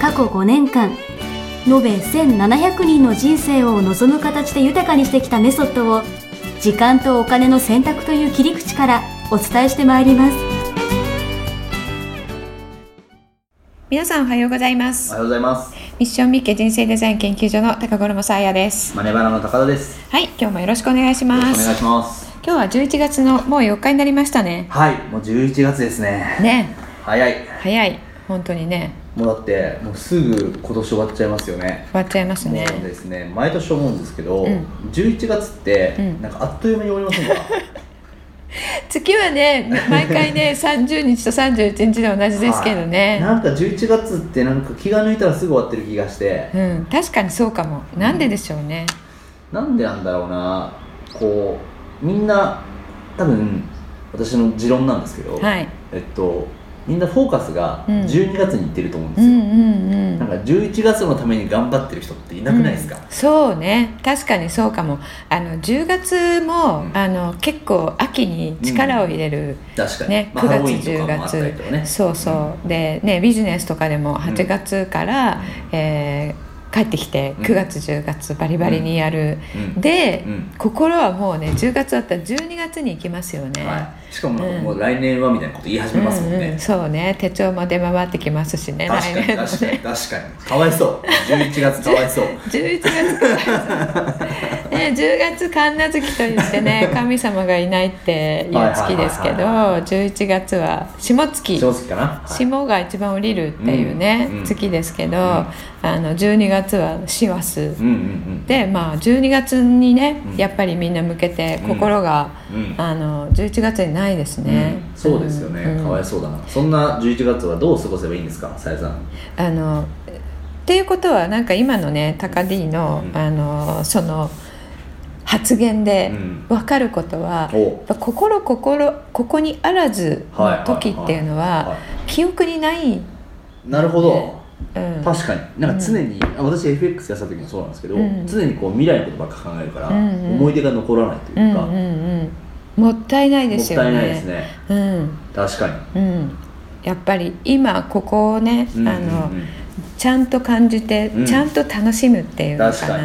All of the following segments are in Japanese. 過去5年間延べ1700人の人生を望む形で豊かにしてきたメソッドを時間とお金の選択という切り口からお伝えしてまいります皆さんおはようございまおすは。ようございます。ミッションミッケ人生デザイン研究所の高頃もさあやです。マネバナの高田です。よはい、今日もよろしくお願いしろましくお願いす。します。今日は11月のもう4日になりましたね。はい、もう11月ですね。ね、早い。早い。本当にね、もうだって、もうすぐ今年終わっちゃいますよね。終わっちゃいますね。そうですね。毎年思うんですけど、うん11月って、うんなんかあっという間に終わりませんか。月はね、毎回 ね、30日と31日で同じ ですけどはいね。なんか11月って、なんか気が抜いたらすぐ終わってる気がして。うん、確かにそうかも。なんででしょうね。なんでなんだろうな。こう、みんな、多分、私の持論なんですけど、はい。えっと、みんなフォーカスがうん12月にいってると思うんでうすよ。んうんうなん。んか11月のために頑張ってる人っていなくないですか、そうね確かにそうかもあの10月も、うんあの結構秋に力を入れる、確かに、ね、まあ、ハロウィ9月ンとかもあったり10とか月、ねそうそうでねビジネスとかでも8月から、えー帰ってきてうん9月10月バリバリにやる、うんで、うん心はもうね10月だったら12月に行きますよね、はい、しかもなんうかんもう来年はみたいなこと言い始めますもんね、うんうん、そうね手帳も出回ってきますしね確か来 年にの確かにね確かにかわいそう11月かわいそう 11月から、ね、10月神無月といって ね神様がいないっていう月ですけどはいはいはいはい11月は下月正直かな、はい霜が一番降りるっていうね、うんうん月ですけど、んあの12月は師走、うんうんでまあ12月にね、うんやっぱりみんな向けてうん心が、うんうんあの11月にないですね、うんそうですよね、うんかわいそうだなそんな11月はどう過ごせばいいんですかさやさんあのっていうことはなんか今のね高 D の,、うんあのその発言でうん分かることは、おやっぱ心心ここにあらずの時っていうのは,、はいはいはいは記憶にない、うん、なるほど、確確かになんか常に、あ私 FX やった時もそうなんですけど、うん常にこう未来のことばっか考えるから、うんうん思い出が残らないとうんいううか、んうん、もったいないでもっすよね。たいないですねうん確かにうん、やっぱり今ここをね、うんうんうんあのちゃんと感じて、うんちゃんと楽しむっていうのか確なか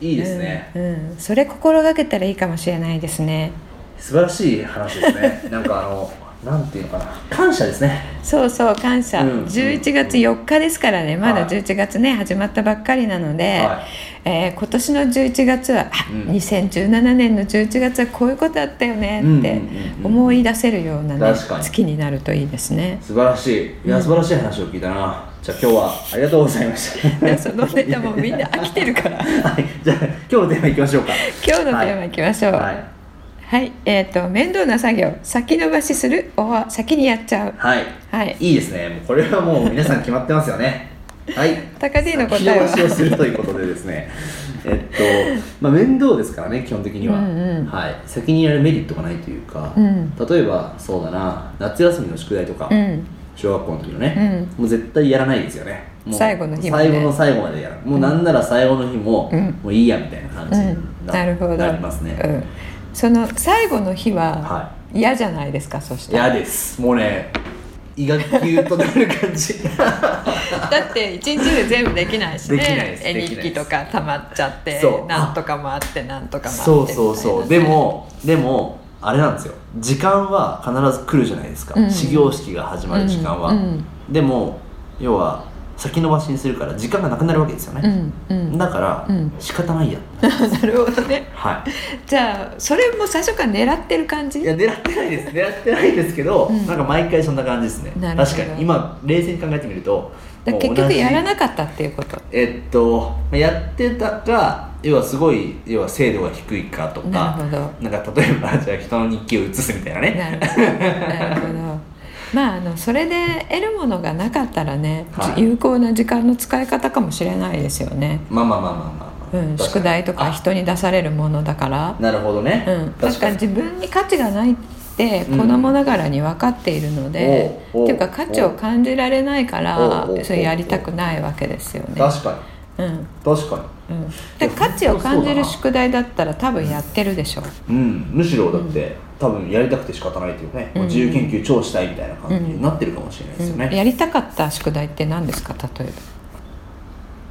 にいいですね、うんうんそれ心がけたらいいかもしれないですね素晴らしい話です ねなんかあのなんていうのかな感謝ですねそうそう感謝、うん11月4日ですからねまだはい11月ね、始まったばっかりなので、はえー今年の11月はあ、うん2017年の11月はこういうことだったよねうんうっんてうんうん思い出せるような、ね確かに月になるといいですね。素晴らしいいや素晴らしい話を聞いたな、じゃあ今日はありがとうございました でそのネタもみんな飽きてるからはいじゃあ今日のテーマいきましょうか今日のテーマいきましょう。ははいい、えっ、と面倒な作業先延ばしするおは先にやっちゃう。はい、はい。いいですねもうこれはもう皆さん決まってます よねはい高 D の答先え延ばしをは。するということでで すねえっと、まあ、面倒ですからね基本的には、うんうんはい、先にやるメリットがないというか、うん例えばそうだな夏休みの宿題とか、うん。小学校の時のね、もう絶対やらないですよねもう最後の日まで最後の最後までやるもうなんなら最後の日も、うんもういいやみたいな感じうにん。な,、なるほど。りますね、うん。その最後の日はは嫌じゃないですか。そしいたら。嫌ですもうね胃がキューッとなる感じだって一日で全部できないしね。できないです絵でき日ないです記とか溜まっちゃってそう、なんとかもあってなんとかもあって。そうそうそうみたでいなね。もでもあれなんですよ時間は必ず来るじゃないですか、うん始業式が始まる時間は、うんうんでも要は先延ばしにするから時間がなくなるわけですようね、んうん。だから、うん仕方ないや なるほどね。はいじゃあそれも最初から狙ってる感じ？いや狙ってないです狙ってないですけど、うんなんか毎回そんな感じですねなるほど確かに今冷静に考えてみるとだから結もう同局じやらなかったっていうことえっとまあやってたか要はすごい要は精度が低いかとかなるほど なんか例えばじゃあ人の日記を写すみたいななねるほどなるほどまああのそれで得るものがなかったらね、はい有効な時間の使い方かもしれないですよね、まあまあまあまあまあ、うん、宿題とかあ人に出されるものだから、なるほどね、うん、確かに自分に価値がないって子供ながらに分かっているので、おうおうっていうか価値を感じられないからおうおうそれやりたくないわけですよね。確かにうん確かうん、で価値を感じる宿題だったら多分やってるでしょう。にうんむしろだって、多分やりたくて仕方ないというね、もう自由研究超したいみたいな感じになってるかもしれないですよね、うんやりたかった宿題って何ですか例えば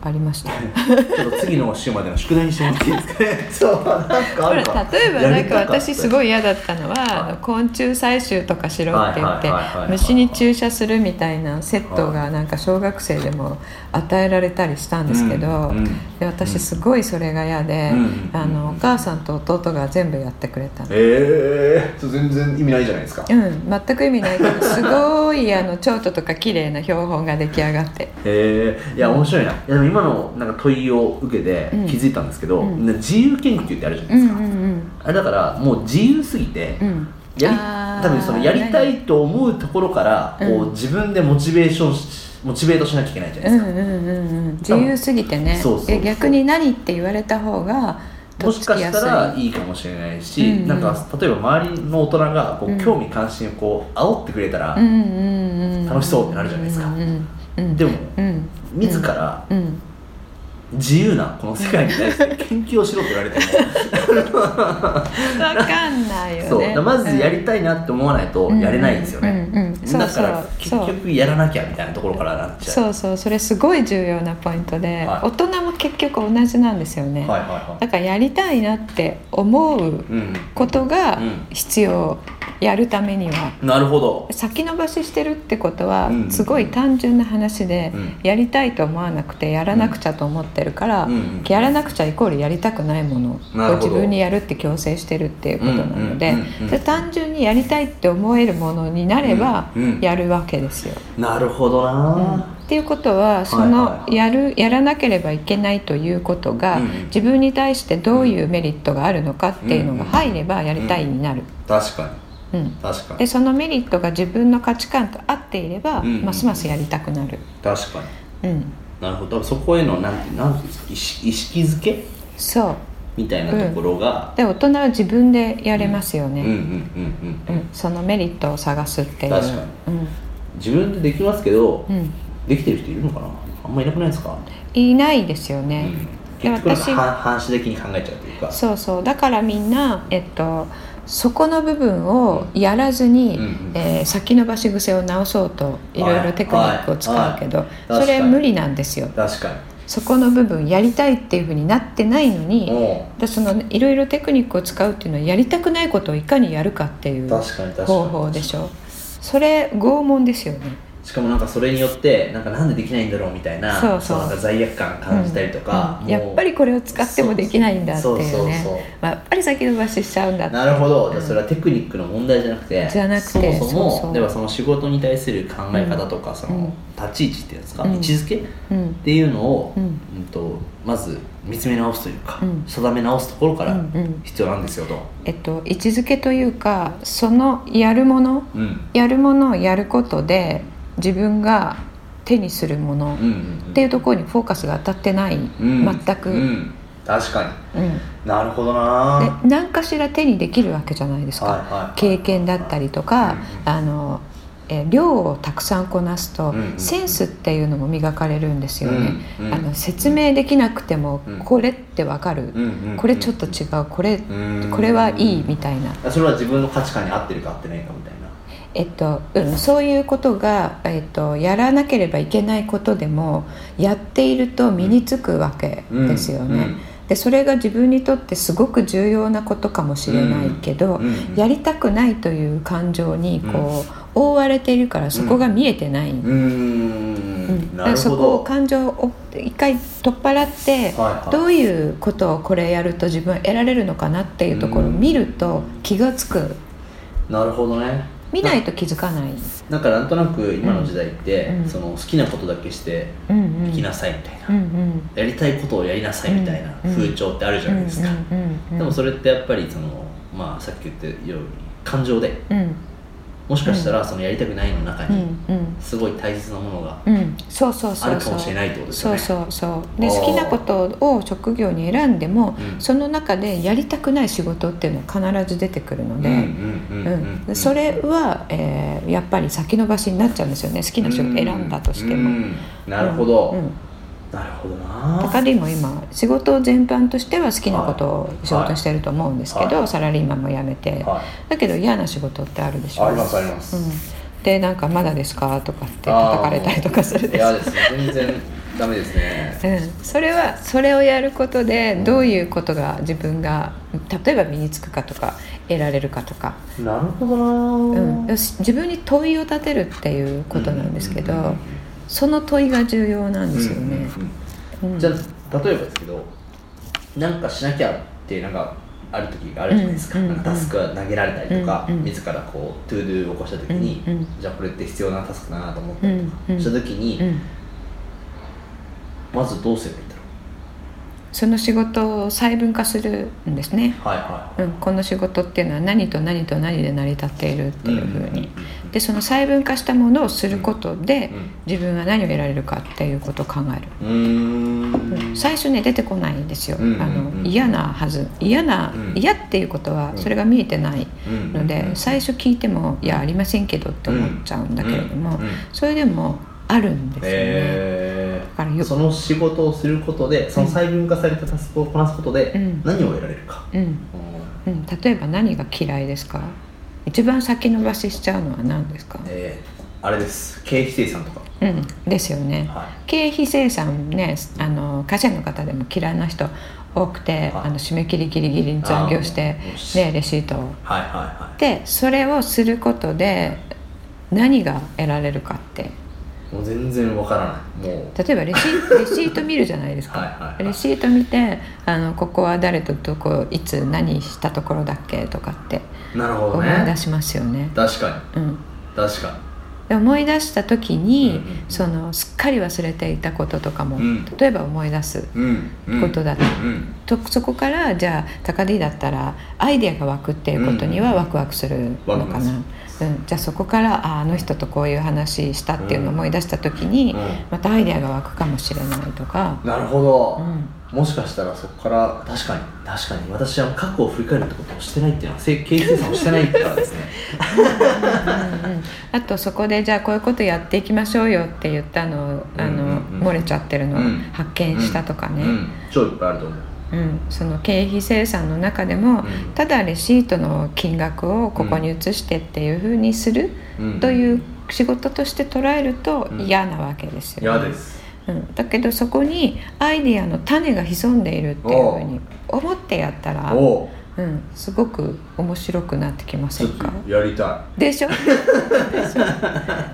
ありましたちょっと次の週までの宿題にしてもらっていいです かねそうなんかほあらるか例えばなんか私すいごい嫌だったのは、はあいの昆虫採集とかしろって言ってはいはいはいはいはい虫に注射するみたいなセットがなんか小学生でも与えられたりしたんですけど、うんうんで私すごいそれが嫌で、うんあのお母さんと弟が全部やってくれたのええー、それ全然意味ないじゃないですか、うへん、全く意味ないけどすごいあの蝶々とか綺麗な標本が出来上がってえー、いや面白いないやでも今のなんか問いを受けてうん気づいたんですけど、うんね自由研究ってあるじゃなういでんすうか、んあれだからもう自由すぎて、うんうんやりあー多分そのやりたいと思うところからうんこう自分でモチベーションしモチベートしなきゃいけないじゃなういんうんですか、うんうん自由すぎてねそうそうそうえ逆に何って言われた方がともっしつかきしやたすいらいいかもしれないし、うんうんなんか例えば周りの大人がこう、うん興味関心をこう煽ってくれたら、うんうんうん楽しそうってなるじゃないですかうんうんうんでもうん自らうん自由なこの世界に対して研究をしろって言われても、わかんないよね そうだからまずやりたいなって思わないとやれないんですよね、うんうんうんうんそうそうだから結そう局やらなきゃみたいなところからなっちゃうそうそうそれすごい重要なポイントで、はい大人も結局同じなんですよね、はいはいはいだからやりたいなって思ううんことがうん必要、やるためにはなるほど先延ばししてるってことはうんすごい単純な話で、うんやりたいと思わなくてやらなくちゃと思ってるから、うんやらなくちゃイコールやりたくないものなをるほど自分にやるって強制してるっていうことなので、うんうんうんうんそれ単純にやりたいって思えるものになればうんうんやるわけですよ。なるほどなうんー、っていうことはそはいのはいやるやらなければいけないということがうん自分に対してどういうメリットがあるのかっていうのが入ればやりたいになる。確かうんに確かでにそのメリットが自分の価値観と合っていれば、うんますますやりたくなる、確かにうん、なるほど多分そこへのなんてなんていうんですか意識意識づけそうみたいなところが、で大人は自分でやれますようん、うんうんね、ううんんそのメリットを探すっていう確か自分でできますけど、うんうん、できてる人いるのかなあんまいなくないですか、いないですよね、うでん、結局なん私か反反射的に考えちゃうというかそうそうだからみんな、えっと、そこの部分をやらずに、うんうんえー先延ばし癖を直そうといろいろテクニックを使うけど、はいはいはいそれは無理なんですよ確かそこの部分やりたいっていうふうになってないのに、におでそのいろいろテクニックを使うっていうのはやりたくないことをいかにやるかっていうう確かに確かに方法でしょそれ拷問ですよねしかもなんかそれによってなんかなんでできないんだろうみたいなそうそうなんか罪悪感感じたりとか、うんもうやっぱりこれを使ってもできないんだっていうねそうそうそうそうまあやっぱり先延ばししちゃうんだってなるほど、じゃあうんそれはテクニックの問題じゃなくてじゃなくそてもそもそうそうではその仕事に対する考え方とか、その立ち位置っていうんですか、位置づけっていうのを、ううんんとまず見つめ直すというか、うん定め直すところかうらんうん必要なんですよと、えっと位置づけというかそのやるものうんうんやるものをやることで自分が手にするものうんうん、っていうところにフォーカスが当たってない、うん全く、うん確かうんになるほどなで何かしら手にできるわけじゃないですか、はいはいはい経験だったりとか、うあのえー量をたくさんこなすと、うんうんうんセンスっていうのも磨かれるんですよね、うんうんあの説明できなくても、うんこれってわかる、うんうんうんこれちょっと違うこれ、んこれはいいみたいな、それは自分の価値観に合ってるか合ってないかみたいなえっとうん、そういうことが、えっと、やらなければいけないことでもやっていると身につくわけですよね。うんうんでそれが自分にとってすごく重要なことかもしれないけど、うんうんやりたくないという感情にこう、覆われているからそこが見えてない、うーうんんだなかるらそほこどを感情を一回取っ払って、はいはいどういうことをこれやると自分は得られるのかなっていうところを見ると気がつくなるほどね見ないと気づかない。なんかなんとなく今の時代って、うんその好きなことだけしてうんう生んきなさいみたいな、うんうんやりたいことをやりなさいみたいなうん風潮ってあるじゃないですか、うんうんうんうんでもそれってやっぱりそのまあさっき言ったように感情でうんもしかしたらそのやりたくないの中うんにうんすごい大切なものがうん、そうそうあそるうかそうもしれないってことですそようねそうそうであー好きなことを職業に選んでも、うんその中でやりたくない仕事っていうのは必ず出てくるので、うんうんうんうんうんそれは、えーやっぱり先延ばしになっちゃうんですよね好きな仕事選んだとしても。うんなるほど、うん、なるほどな高リも今仕事全般としては好きなことを仕事してると思うんですけど、はサラリーマンも辞めて、はだけど嫌な仕事ってあるでしいょありますあります、うん、でなんか「まだですか?」とかって叩かれたりとかするいでしやょ、ですね全然ダメです ねうん、それはそれをやることでどういうことが自分が例えば身につくかとか得られるかとか、なるほどなうん、よし自分に問いを立てるっていうことなんですけど、ううその問いが重要なんですようんうんね。うんうんじゃあ例えばですけどなんかしなきゃってなんかある時があるじゃないですか,、うんうんうんなんかタスクが投げられたりとか、うんうん自らこうトゥードゥを起こした時に、うんうんじゃあこれって必要なタスクだなと思ったりとうんうかんした時に、うんまずどうすればいいんだろその仕事を細分化するんですね、うはいはうん、この仕事っていうのは何と何と何で成り立っているっていうふうに、うんでその細分化したものをすることで、うん自分が何を得られるかっていうことを考える、いうんうん最初ね出てこないんですよ、うんうんうんあの嫌なはず嫌な、うん嫌っていうことはんそれが見えてないうんので、最初聞いてもいやありませんけどって思っちゃうんだけれども、うんうんうんそれでもあるんですよね、えだからー、よその仕事をすることでその細分化されたタスクをこなすことでうん何を得られるか、うんうんうん、例えば何が嫌いですか一番先延ばししちゃうのは何ですか、えー、あれです経費精算とかうん、ですよね、はい経費精算ねあの会社員の方でも嫌いな人多くて、はいあの締め切りギリギリに残業してあーよ、しね、レシートをはいはでそれをすることで何が得られるかっていはいもう全然わからないもう例えばレシ レシート見るじゃないですかはいはいはいレシート見てあのここは誰とどこいつ何したところだっけとかってなるほど思い出ねしますよね。確かうんに確かで思い出した時うんに、うんうんそのすっかり忘れていたこととかも、うん例えば思い出すにうん、うん、ことだとうんとそこからじゃあ高 D だったらアイデアが湧くっていうことにはワクワクするのワクかワクな、うん、じゃあそこからああの人とこういう話したっていうのを思い出した時に、うんまたアイデアが湧くかもしれないとか、なるほど、うんもしかしたらそこから確かに確かに私は過去を振り返るってことをしてないっていうのはせ経費精算をしてないからですねうんうんあとそこでじゃあこういうことやっていきましょうよって言ったのをあの、うんうんうん漏れちゃってるのをうん発見したとかね。うん、超いっぱいあると思ううん、その経費精算の中でも、うんただレシートの金額をここに移してっていうふうにするうんという仕事として捉えるとうん嫌なわけですよ、嫌ですうん、だけどそこにアイディアの種が潜んでいるっていうふうに思ってやったら、おううん、すごく面白くなってきませちんょっかとやりたで しょでしょ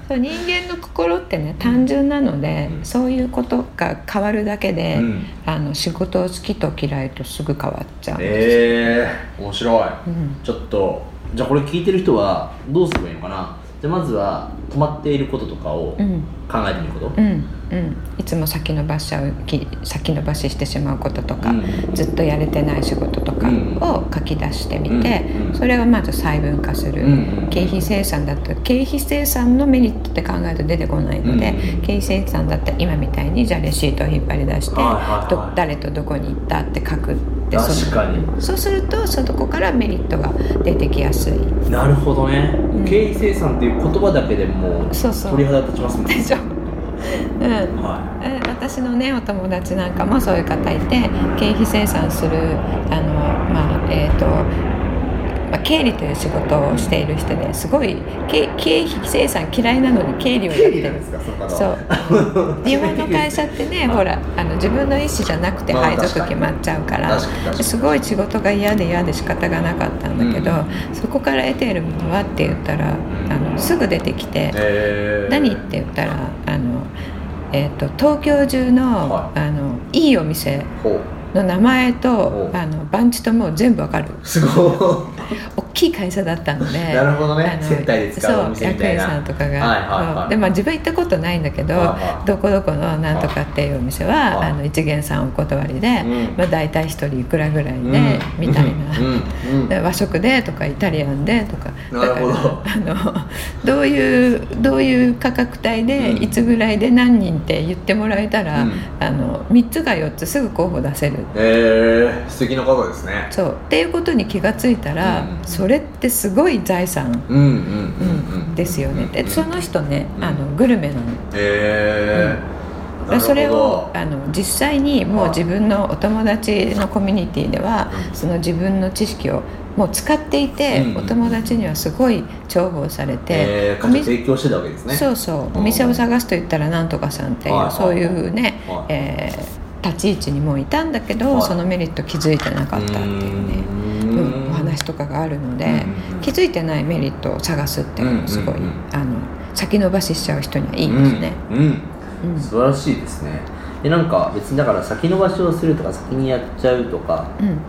そう人間の心ってね単純なので、うんそういうことが変わるだけい、で、うん、あの仕事を好きと嫌いとすぐ変わっちゃうんですよええー、面白いうんちょっとじゃあこれ聞いてる人はどうすればいいのかなじゃあまずは止まっていることとかを考うんえてみること、うんうん、いつも先延ばしちゃうき先延ばししてしまうこととか、うんずっとやれてない仕事とかうんを書き出してみて、うんうんそれをまず細分化する、うんうん経費生産だと経費生産のメリットって考えると出てこないので、うんうん経費生産だったら今みたいにじゃあレシートを引っ張り出して、はいはいはいど誰とどこに行ったって書くってそ確かにそうするとそこからメリットが出てきやすいなるほどね、うん経費生産っていう言葉だけでもうそうそう鳥肌立ちますもんでしょ、うん、はえ私のねお友達なんかもそういう方いて経費生産するあのまあえっ、と、まあ、経理という仕事をしている人ですごい経経費生産嫌いなのに経理をいやってるですかその方そう日本の会社ってねほらあの自分の意思じゃなくてまあ配確属かに決まっちゃうから確かに確かにすごい仕事が嫌で嫌で仕方がなかったんだけど、うそこから得ているものはって言ったらんあのすぐ出てきて。えー、何って言ったらあの、えー、と東京中の,、、はいあのいいお店ほの名前とおあの番地ともう全部わかるうすごい大きい会社だったので なるほどねあの接待で使うおそ店う役みたい員なさんとかが、はいはいはいそうでまあ自分行ったことないんだけど、はいはいどこどこのなんとかっていうお店は、はいあの一元さんお断りで、うんまあ、大体一人いくらぐらいで、うんみたいな。うんうんで和食でとかイタリアンでとかなるほどだからあのどういうどういう価格帯で、うんいつぐらいで何人って言ってもらえたら、うんあの3つか4つすぐ候補出せるえー、素敵な方ですねそうっていうことに気がついたら、うんそれってすごい財産、うんううんうんうんん、ですよね、うんでその人ね、うんあのグルメなのえーなるほどそれをあの実際にもう自分のお友達のコミュニティではうんその自分の知識をもう使っていて、うんお友達にはすごい重宝されて、えー、価値を提供してたわけですねそうそうお店を探すと言ったらなんとかさんっていう、はいそういうね、はいえー立ち位置にもういたんだけど、はいそのメリット気づいてなかったっていうね、ーんうんお話とかがあるので、うん気づいてないメリットを探すっていうのもすごい、うんうんうんあの先延ばししちゃう人にはいいですね。うん、うんうん素晴らしいですねでなんか別にだから先延ばしをするとか先にやっちゃうとかうん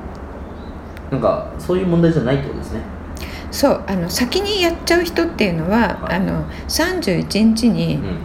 なんかそういう問題じゃないってことですねそうあの先にやっちゃう人っていうのは、はいあの31日に、うん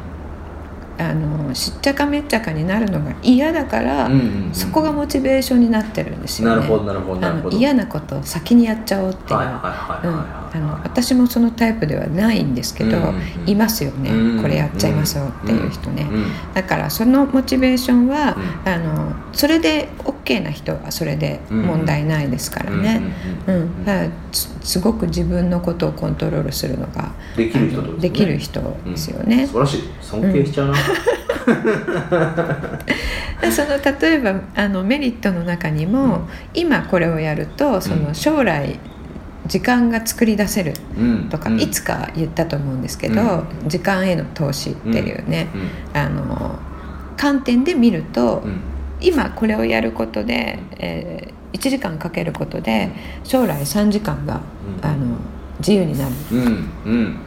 あのしっちゃかめっちゃかになるのが嫌だから、うんうんうんそこがモチベーションになってるんですよ、ね、なるほどなるほどなるほあのど嫌なことを先にやっちゃおうっていう、はいはいはいうんはあいはいの私もそのタイプではないんですけど、うんうんうんいますよね、うんこれやっちゃいますよっていう人ね、うんうんだからそのモチベーションは、うあのそれで OK な人はそれで問題ないですからね、ううんんうんうんだからすすごく自分のことをコントロールするのができる人ってことですあねのできる人ですよね、素晴らしい尊敬しちゃうな、でその例えばあのメリットの中にも、うん今これをやるとそうのん将来時間が作り出せるうんとか、うんいつか言ったと思うんですけど、う時間への投資っていうね、うんあの観点で見ると、うん今これをやることで、えー1時間かけることで将来3時間が、うんあの自由になるうんうん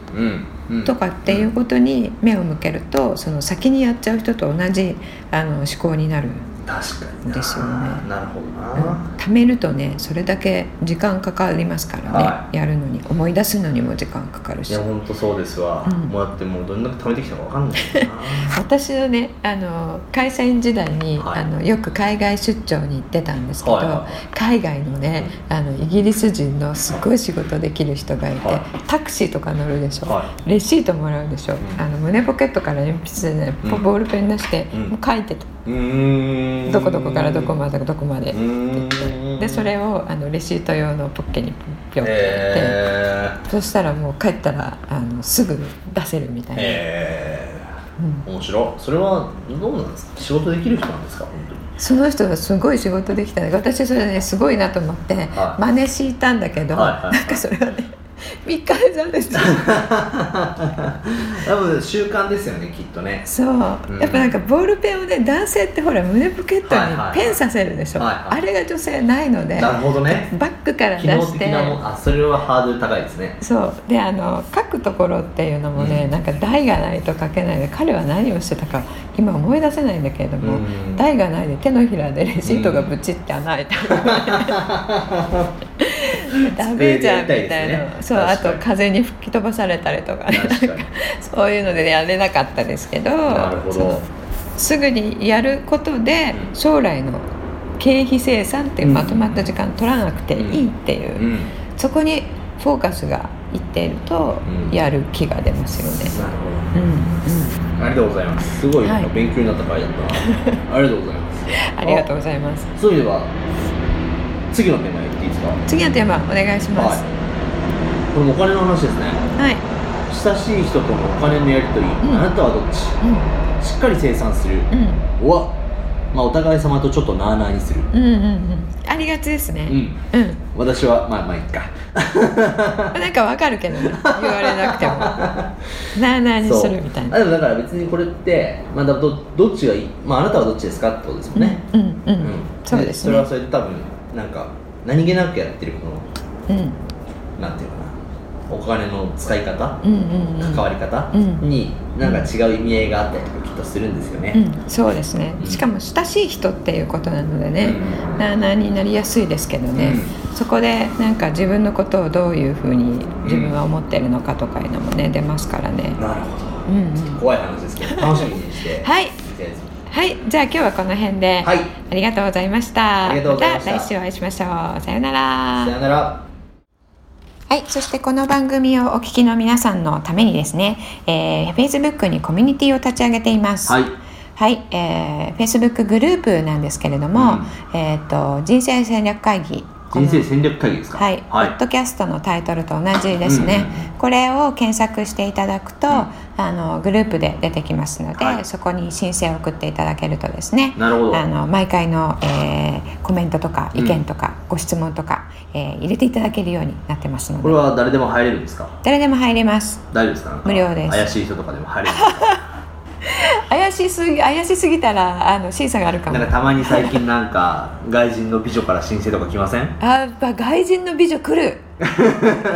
うんうんとかっていうことに目を向けるとその先にやっちゃう人と同じあの思考になる確かになですよねなるほどな、貯めるとねそれだけ時間かかりますからね、はやるのに思い出すのにも時間かかるいしや本当そうですわ、うんもうだってもうどんだけ貯めてきたかわかんないもんな私のねあの会社員時代に、はいあのよく海外出張に行ってたんですけど、はいはいはい海外のねあのイギリス人のすごい仕事できる人がいて、はいタクシーとか乗るでしょ、はレシートもらうでしょ、んあの胸ポケットから鉛筆でね、うんボールペン出して、うんもう書いてた、うーんどこどこからどこまでどこまで、うーんでそれをあのレシート用のポッケにぴょって入れて。えそしたらもう帰ったらあのすぐ出せるみたー、いな、えうんー、面白いそれはどうなんですか仕事できる人なんですか本当にその人がすごい仕事できたので私それねすごいなと思って、はい真似していたんだけど、はいはいはいなんかそれはね見返された多分習慣ですよねきっとねそう、うんやっぱなんかボールペンをね男性ってほら胸ポケットはいはいはにいペンさせるでしょ、はいはいあれが女性ないのでなるほどねバッグから機出能し的てなもんあそれはハードル高いですねそうであの書くところっていうのもね、うんなんか台がないと書けないで彼は何をしてたか今思い出せないんだけれども、うん台がないで手のひらでレシートがブチって穴開いた、ダメじゃんみたいな、机でやりたいですねそうあ確かとに風に吹き飛ばされたりとかね確かになんかそういうのでやれなかったですけどなるほそのどすぐにやることでうん将来の経費生産っていうまとまった時間取らなくていいっていう。うんそこにフォーカスがいっているとうんやる気が出ますよね。うんうん、なるほどありがとうございます。すごい、はい勉強になった回だった な。ありがとうございます。ありがとうございます。それでは、次のテーマ言っていいですかは次のテーマお願いします。い。これもお金の話ですね。はい。親しい人とのお金のやりとり、んあなたはどっちしっかり生産する。うんは、まあ、お互い様とちょっとなあなあにする。うんうんうんうん。ありがちですうね。ん。うん。私は、まあまあ、いっか。なんかわかるけどね。言われな くても。なあなあにするみたいあな。でもだから別にこれって、まあ、だどどっちがいい、まあ、あなたはどっちですかってことですもんね。うんうんううんん。そうですそれはね。それで多分、なんか、何気なくやってるものうん。なんていうのかお金の使い方うんうんうん関わり方うんになんか違う意味合いがあったりとかきっとするんですようね。ん、そうですねしかも親しい人っていうことなのでね、なあなあになりやすいですけどうんね、そこでなんか自分のことをどういうふうに自分は思ってるのかとかいうのもね出ますからね、なるほうんうん、ど怖い話ですけど楽しみにして はいはいじゃあ今日はこの辺で、はいありがとうございましたありがとうございました来週お会いしましょうさようさよなら。はい、そしてこの番組をお聞きの皆さんのためにですね、えー、Facebook にコミュニティを立ち上げています。はいはい、えー、Facebook グループなんですけれども、えっ、と人生戦略会議この人生戦略会議ですか。はい、はいポッドキャストのタイトルと同じですね、これを検索していただくと、あのグループで出てきますので、はいそこに申請を送っていただけるとですねなるほどあの毎回の、えーコメントとかうん意見とか、ご質問とか、えー入れていただけるようになってますのこれでは誰でも入れるんですか。誰でも入れます大丈夫ですか。なんか無料です怪しい人とかでも入れるんです か。怪しすぎ怪しすぎたらあの審査があるかもなんかたまに最近なんか外人の美女から申請とか来ません。あやっぱ外人の美女来 る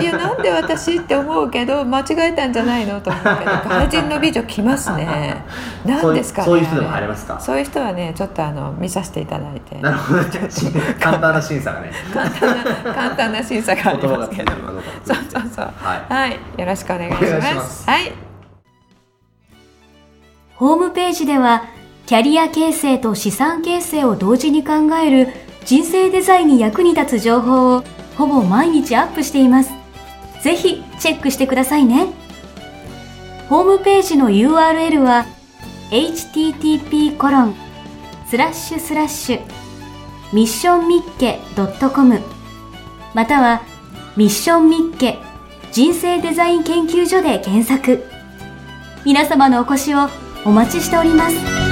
いやなんで私って思うけど間違えたんじゃないのと思うけど外人の美女来ますね何ですかねそういうそういう人でも入れますかそういう人はねちょっとあの見させていただいてなるほど。 簡単な審査がね。簡単な簡単な審査があり言葉まがすけ通じるどかどうか。そうそうそうははいよろしくお願いしまお願すいしますはいホームページでは、キャリア形成と資産形成を同時に考える人生デザインに役に立つ情報をほぼ毎日アップしています。ぜひチェックしてくださいね。ホームページの URL は http コロンスラッシュスラッシュミッションミッケ .com またはミッションミッケ人生デザイン研究所で検索。皆様のお越しをお待ちしております。